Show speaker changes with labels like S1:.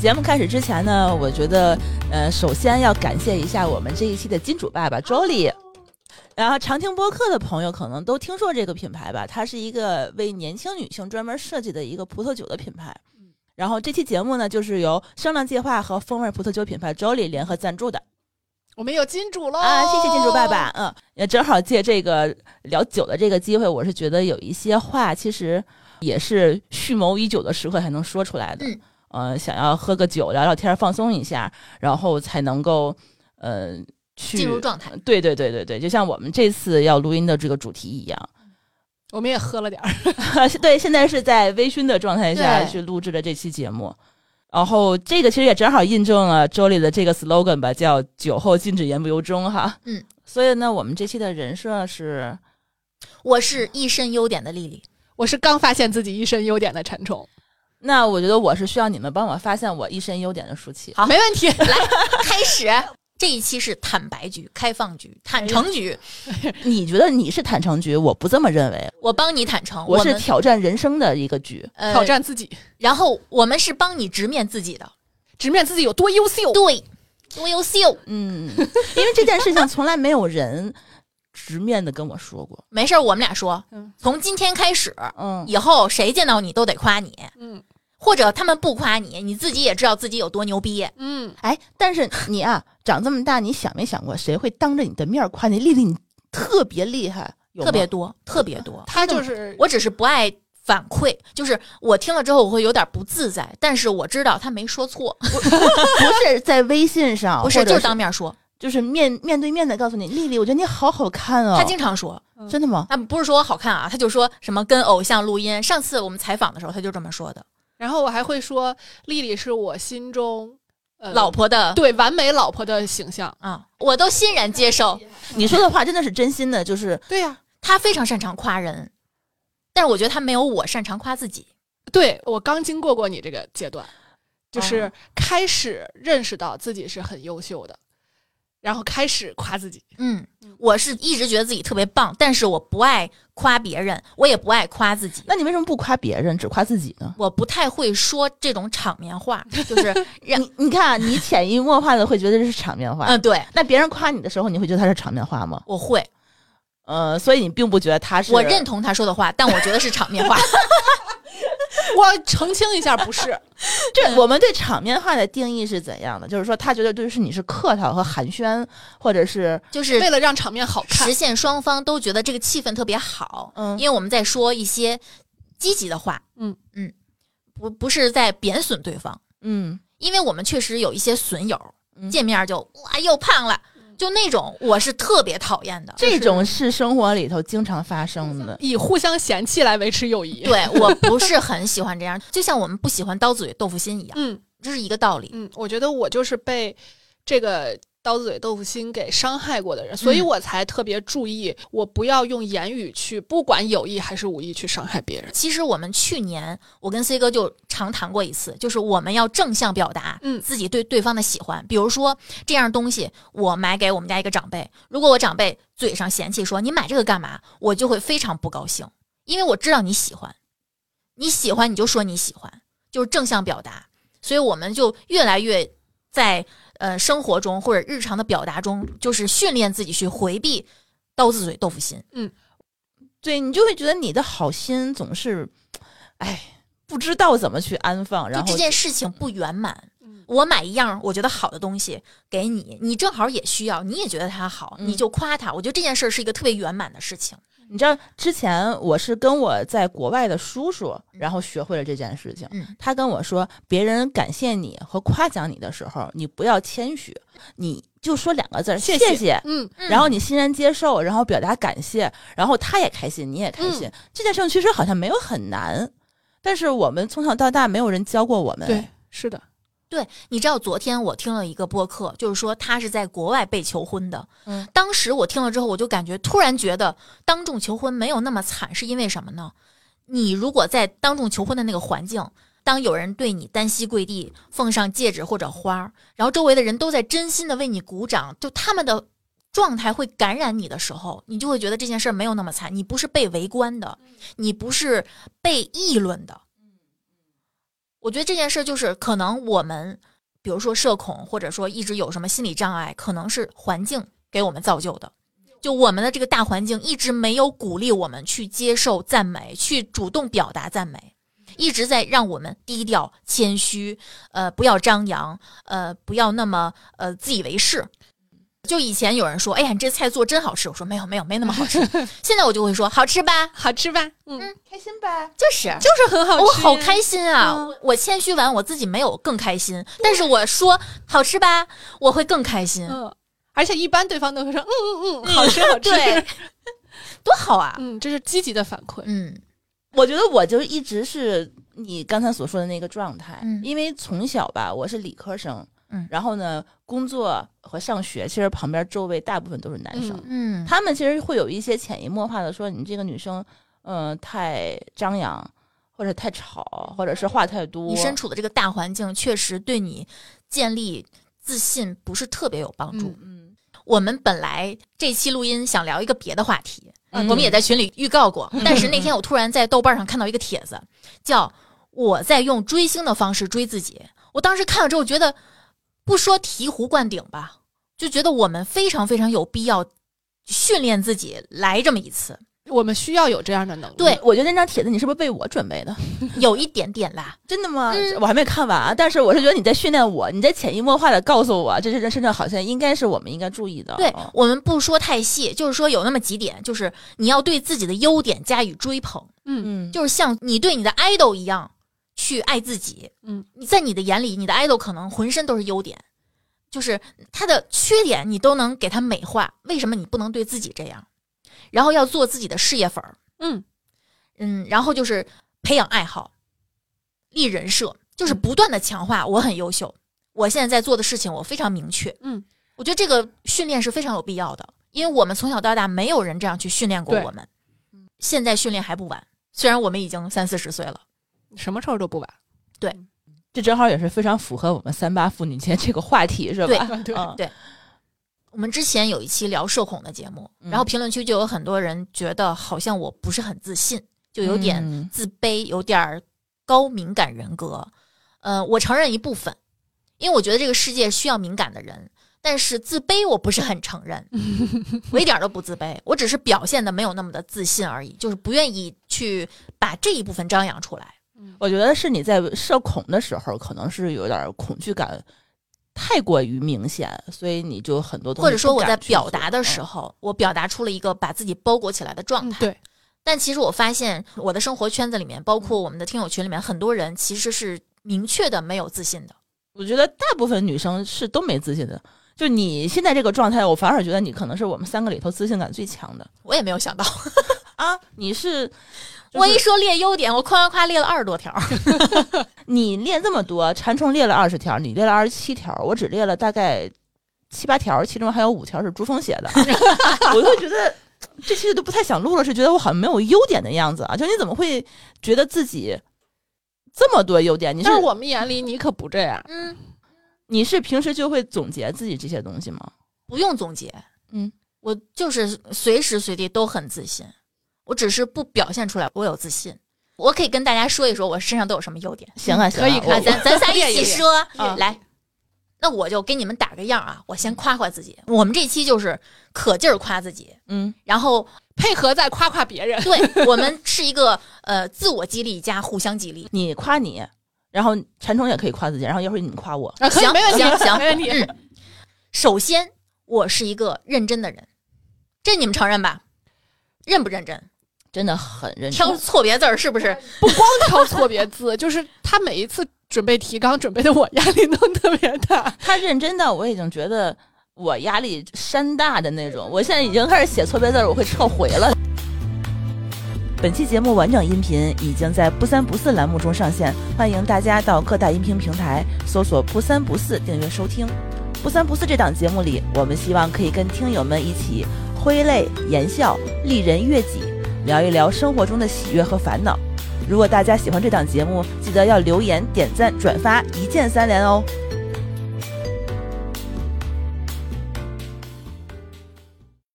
S1: 节目开始之前呢，我觉得呃，首先要感谢一下我们这一期的金主爸爸
S2: 啊
S1: Jolly。然后常听播客的朋友可能都听说这个品牌吧，它是一个为年轻女性专门设计的一个葡萄酒的品牌。然后这期节目呢，就是由声浪计划和风味葡萄酒品牌 Jolly 联合赞助的
S2: 我们有金主喽！
S1: 啊，谢谢金主爸爸，。
S3: 哦
S1: 嗯，也正好借这个聊酒的这个机会，我是觉得有一些话其实也是蓄谋已久的时刻才能说出来的，
S2: 嗯
S1: 呃，想要喝个酒聊聊天儿放松一下，然后才能够呃去
S3: 进入状态。
S1: 对对对对对，就像我们这次要录音的这个主题一样，
S2: 我们也喝了点儿，
S1: 对，现在是在微醺的状态下
S2: 对
S1: 去录制的这期节目。然后这个其实也正好印证了周丽的这个 slogan 吧，叫“酒后禁止言不由衷”哈。
S3: 嗯，
S1: 所以呢，我们这期的人设是，
S3: 我是一身优点的丽丽，
S2: 我是刚发现自己一身优点的馋虫。
S1: 那我觉得我是需要你们帮我发现我一身优点的舒淇。
S3: 好
S2: 没问题。
S3: 开始。这一期是坦白局、开放局、坦诚局，
S1: 你觉得你是坦诚局？我不这么认为，
S3: 我帮你坦诚，
S1: 我是
S3: 们
S1: 挑战人生的一个局。
S3: 呃
S2: 挑战自己，
S3: 然后我们是帮你直面自己的，
S2: 直面自己有多优秀。
S3: 对，多优秀。
S1: 嗯，因为这件事情从来没有人直面的跟我说过。
S3: 没事儿，我们俩说
S2: 嗯，
S3: 从今天开始，
S1: 嗯，
S3: 以后谁见到你都得夸你，
S2: 嗯
S3: 或者他们不夸你，你自己也知道自己有多牛逼。
S2: 嗯，
S1: 哎，但是你啊，长这么大，你想没想过谁会当着你的面儿夸你？丽丽，你特别厉害，有
S3: 特别
S1: 吗
S3: 多，特别多。
S2: 他就是
S3: 我只是不爱反馈，就是我听了之后我会有点不自在，但是我知道他没说错，
S1: 不是在微信上，
S3: 不
S1: 或
S3: 是
S1: 者
S3: 就是是当面说。
S1: 就是面面对面的告诉你，丽丽，我觉得你好好看哦。
S3: 他经常说，
S1: 真的吗？
S3: 啊，不是说我好看啊，他就说什么跟偶像录音。上次我们采访的时候，他就这么说的，
S2: 然后我还会说，丽丽是我心中、呃、
S3: 老婆的
S2: 对完美老婆的形象。
S3: 啊，我都欣然接受。
S1: 你说的话真的是真心的，就是
S2: 对呀、
S3: 他非常擅长夸人，但是我觉得他没有我擅长夸自己。
S2: 对我刚经过过你这个阶段，就
S1: 哦
S2: 是开始认识到自己是很优秀的，然后开始夸自己。
S3: 嗯，我是一直觉得自己特别棒，但是我不爱夸别人，我也不爱夸自己。
S1: 那你为什么不夸别人，只夸自己呢？
S3: 我不太会说这种场面话，就是 让
S1: 你你看啊，你潜移默化的会觉得这是场面话。
S3: 嗯，对，
S1: 那别人夸你的时候，你会觉得他是场面话吗？
S3: 我会，
S1: 呃，所以你并不觉得他是
S3: 我认同他说的话，但我觉得是场面话。
S2: 我澄清一下，不是，
S3: 嗯
S1: 这我们对场面话的定义是怎样的？就是说，他觉得对是你是客套和寒暄，或者是
S3: 就是
S2: 为了让场面好看
S3: 实。现双方都觉得这个气氛特别好，
S1: 嗯
S3: 因为我们在说一些积极的话，
S2: 嗯
S3: 嗯，不不是在贬损对方，
S1: 嗯，
S3: 因为我们确实有一些损友，
S1: 嗯
S3: 见面就哇又胖了，就那种我是特别讨厌的，
S1: 这种是生活里头经常发生的。
S2: 以互相嫌弃来维持友谊。，
S3: 对我不是很喜欢这样，就像我们不喜欢刀子嘴豆腐心一样，
S2: 嗯
S3: 这是一个道理。
S2: 嗯，我觉得我就是被这个刀子嘴豆腐心给伤害过的人，所以
S3: 嗯
S2: 我才特别注意，我不要用言语去，不管有意还是无意去伤害别人。
S3: 其实我们去年我跟 C 哥就常谈过一次，就是我们要正向表达，
S2: 嗯
S3: 自己对对方的喜欢。比如说这样东西，我买给我们家一个长辈，如果我长辈嘴上嫌弃说你买这个干嘛，我就会非常不高兴，因为我知道你喜欢，你喜欢你就说你喜欢，就是正向表达。所以我们就越来越在呃生活中或者日常的表达中，就是训练自己去回避刀子嘴豆腐心。
S1: 对你就会觉得你的好心总是，哎，不知道怎么去安放，然
S3: 就
S1: 后
S3: 这件事情不圆满
S2: 嗯。
S3: 我买一样我觉得好的东西给你，你正好也需要，你也觉得它好，
S1: 嗯
S3: 你就夸它。我觉得这件事儿是一个特别圆满的事情。
S1: 你知道之前我是跟我在国外的叔叔，然后学会了这件事情。
S3: 嗯
S1: 他跟我说，别人感谢你和夸奖你的时候，你不要谦虚，你就说两个字儿
S2: 谢谢
S1: 谢谢
S2: 嗯，
S3: 嗯
S1: 然后你欣然接受，然后表达感谢，然后他也开心，你也开心。这件事情其实好像没有很难，但是我们从小到大没有人教过我们。
S2: 对，，是的，
S3: 对，你知道昨天我听了一个播客，就是说他是在国外被求婚的。
S1: 嗯，
S3: 当时我听了之后，我就感觉突然觉得当众求婚没有那么惨，是因为什么呢？你如果在当众求婚的那个环境，当有人对你单膝跪地奉上戒指或者花儿，然后周围的人都在真心的为你鼓掌，就他们的状态会感染你的时候，你就会觉得这件事儿没有那么惨，你不是被围观的，你不是被议论的。我觉得这件事就是可能我们，比如说社恐，或者说一直有什么心理障碍，可能是环境给我们造就的。就我们的这个大环境一直没有鼓励我们去接受赞美，去主动表达赞美，一直在让我们低调、谦虚，呃，不要张扬，呃，不要那么呃自以为是。就以前有人说：“哎呀，你这菜做真好吃。”我说：“没有，没有，没那么好 吃。”现在我就会说：“好吃吧？
S2: 好吃吧？嗯，
S1: 开心吧。
S3: 就是，
S2: 就是很好吃，
S3: 我好开心啊！
S2: 嗯
S3: 我我谦虚完，我自己没有更开心，但是我说好吃吧，我会更开心，
S2: 嗯，而且一般对方都会说，嗯嗯嗯，好吃 好吃，
S3: 对， 多好啊！
S2: 嗯，这是积极的反馈，
S3: 嗯
S1: 我觉得我就一直是你刚才所说的那个状态，
S3: 嗯
S1: 因为从小吧，我是理科生，
S3: 嗯
S1: 然后呢，工作和上学，其实旁边周围大部分都是男生，
S2: 嗯
S3: 嗯，
S1: 他们其实会有一些潜移默化的说，你这个女生，嗯、太张扬，或者太吵，或者是话太多，
S3: 你身处的这个大环境确实对你建立自信不是特别有帮助。
S1: 嗯，
S3: 我们本来这期录音想聊一个别的话题，
S1: 嗯
S3: 我们也在群里预告过，但是那天我突然在豆瓣上看到一个帖子，叫“我在用追星的方式追自己”。我当时看了之后觉得，不说醍醐灌顶吧，就觉得我们非常非常有必要训练自己来这么一次。
S2: 我们需要有这样的能力，
S3: 对，
S1: 嗯我觉得那张帖子你是不是为我准备的？
S3: 有一点点啦，
S1: 真的吗？
S3: 嗯
S1: 我还没看完啊，但是我是觉得你在训练我，你在潜移默化的告诉我，这是这身上好像应该是我们应该注意的。
S3: 对我们不说太细，就是说有那么几点，就是你要对自己的优点加以追捧。
S2: 嗯
S1: 嗯，
S3: 就是像你对你的 idol 一样去爱自己。
S2: 嗯，
S3: 你在你的眼里，你的 idol 可能浑身都是优点，就是他的缺点你都能给他美化。为什么你不能对自己这样？然后要做自己的事业粉儿，
S2: 嗯
S3: 嗯，然后就是培养爱好，立人设，就是不断的强化我很优秀，我现在在做的事情我非常明确。
S2: 嗯，
S3: 我觉得这个训练是非常有必要的，因为我们从小到大没有人这样去训练过
S2: 对
S3: 我们。现在训练还不晚，虽然我们已经三四十岁了。
S2: 什么时候都不晚，
S1: 这正好也是非常符合我们三八妇女节这个话题， 是吧？
S2: 对
S1: 嗯
S3: 对我们之前有一期聊社恐的节目，
S1: 嗯
S3: 然后评论区就有很多人觉得好像我不是很自信，就有点
S1: 嗯
S3: 自卑，有点儿高敏感人格。呃，我承认一部分，因为我觉得这个世界需要敏感的人，但是自卑我不是很承认，我一点儿都不自卑，我只是表现的没有那么的自信而已，就是不愿意去把这一部分张扬出来。
S1: 我觉得是你在社恐的时候，可能是有点恐惧感太过于明显，所以你就很多东西
S3: 或者说我在表达的时
S1: 时候，
S3: 候，我表达出了一个把自己包裹起来的状态。
S2: 嗯对，
S3: 但其实我发现，我的生活圈子里面，包括我们的听友群里面，很多人其实是明确的没有自信的。
S1: 我觉得大部分女生是都没自信的。就你现在这个状态，我反而觉得你可能是我们三个里头自信感最强的
S3: 我也没有想到，
S1: 啊！你是，
S3: 我
S1: 就是
S3: 一说列优点，我夸夸夸列了二十多条。
S1: 你列这么多，馋虫列了二十条，你列了二十七条，我只列了大概七八条，其中还有五条是朱峰写的，啊 我就觉得这期都不太想录了，是觉得我好像没有优点的样子啊！就你怎么会觉得自己这么多优点？你是
S2: 但是我们眼里你可不这样，
S3: 嗯，
S1: 你是平时就会总结自己这些东西
S2: 嗯
S1: 吗？
S3: 不用总结，
S1: 嗯，
S3: 我就是随时随地都很自信，我只是不表现出来，我有自信。我可以跟大家说一说我身上都有什么优点。
S1: 行啊，行啊
S2: 可以
S1: 我
S2: 可
S3: 啊，
S2: 以
S3: 咱咱仨一起说
S1: 啊，
S3: 来，那我就给你们打个样啊，我先夸夸自己。我们这期就是可劲儿夸自己，
S1: 嗯
S3: 然后
S2: 配合再夸夸别人，
S3: 对我们是一个呃自我激励加互相激励。
S1: 你夸你，然后馋虫也可以夸自己，然后一会儿你们夸我，
S2: 啊，可以
S3: 行
S2: 没问题，
S3: 行 行嗯
S2: 没问题，
S3: 首先，我是一个认真的人，这你们承认吧？认不认真？
S1: 真的很认真
S3: 挑。错别字儿是不是？
S2: 不光挑错别字，就是他每一次准备提纲准备的我压力都特别大，
S1: 他认真的，我已经觉得我压力山大的那种。我现在已经开始写错别字，儿，我会撤回了。本期节目完整音频已经在“不三不四”栏目中上线，欢迎大家到各大音频平台搜索“不三不四”订阅收听。“不三不四”这档节目里，我们希望可以跟听友们一起挥泪言笑、立人悦己，聊一聊生活中的喜悦和烦恼。如果大家喜欢这档节目，记得要留言、点赞、转发，一键三连哦！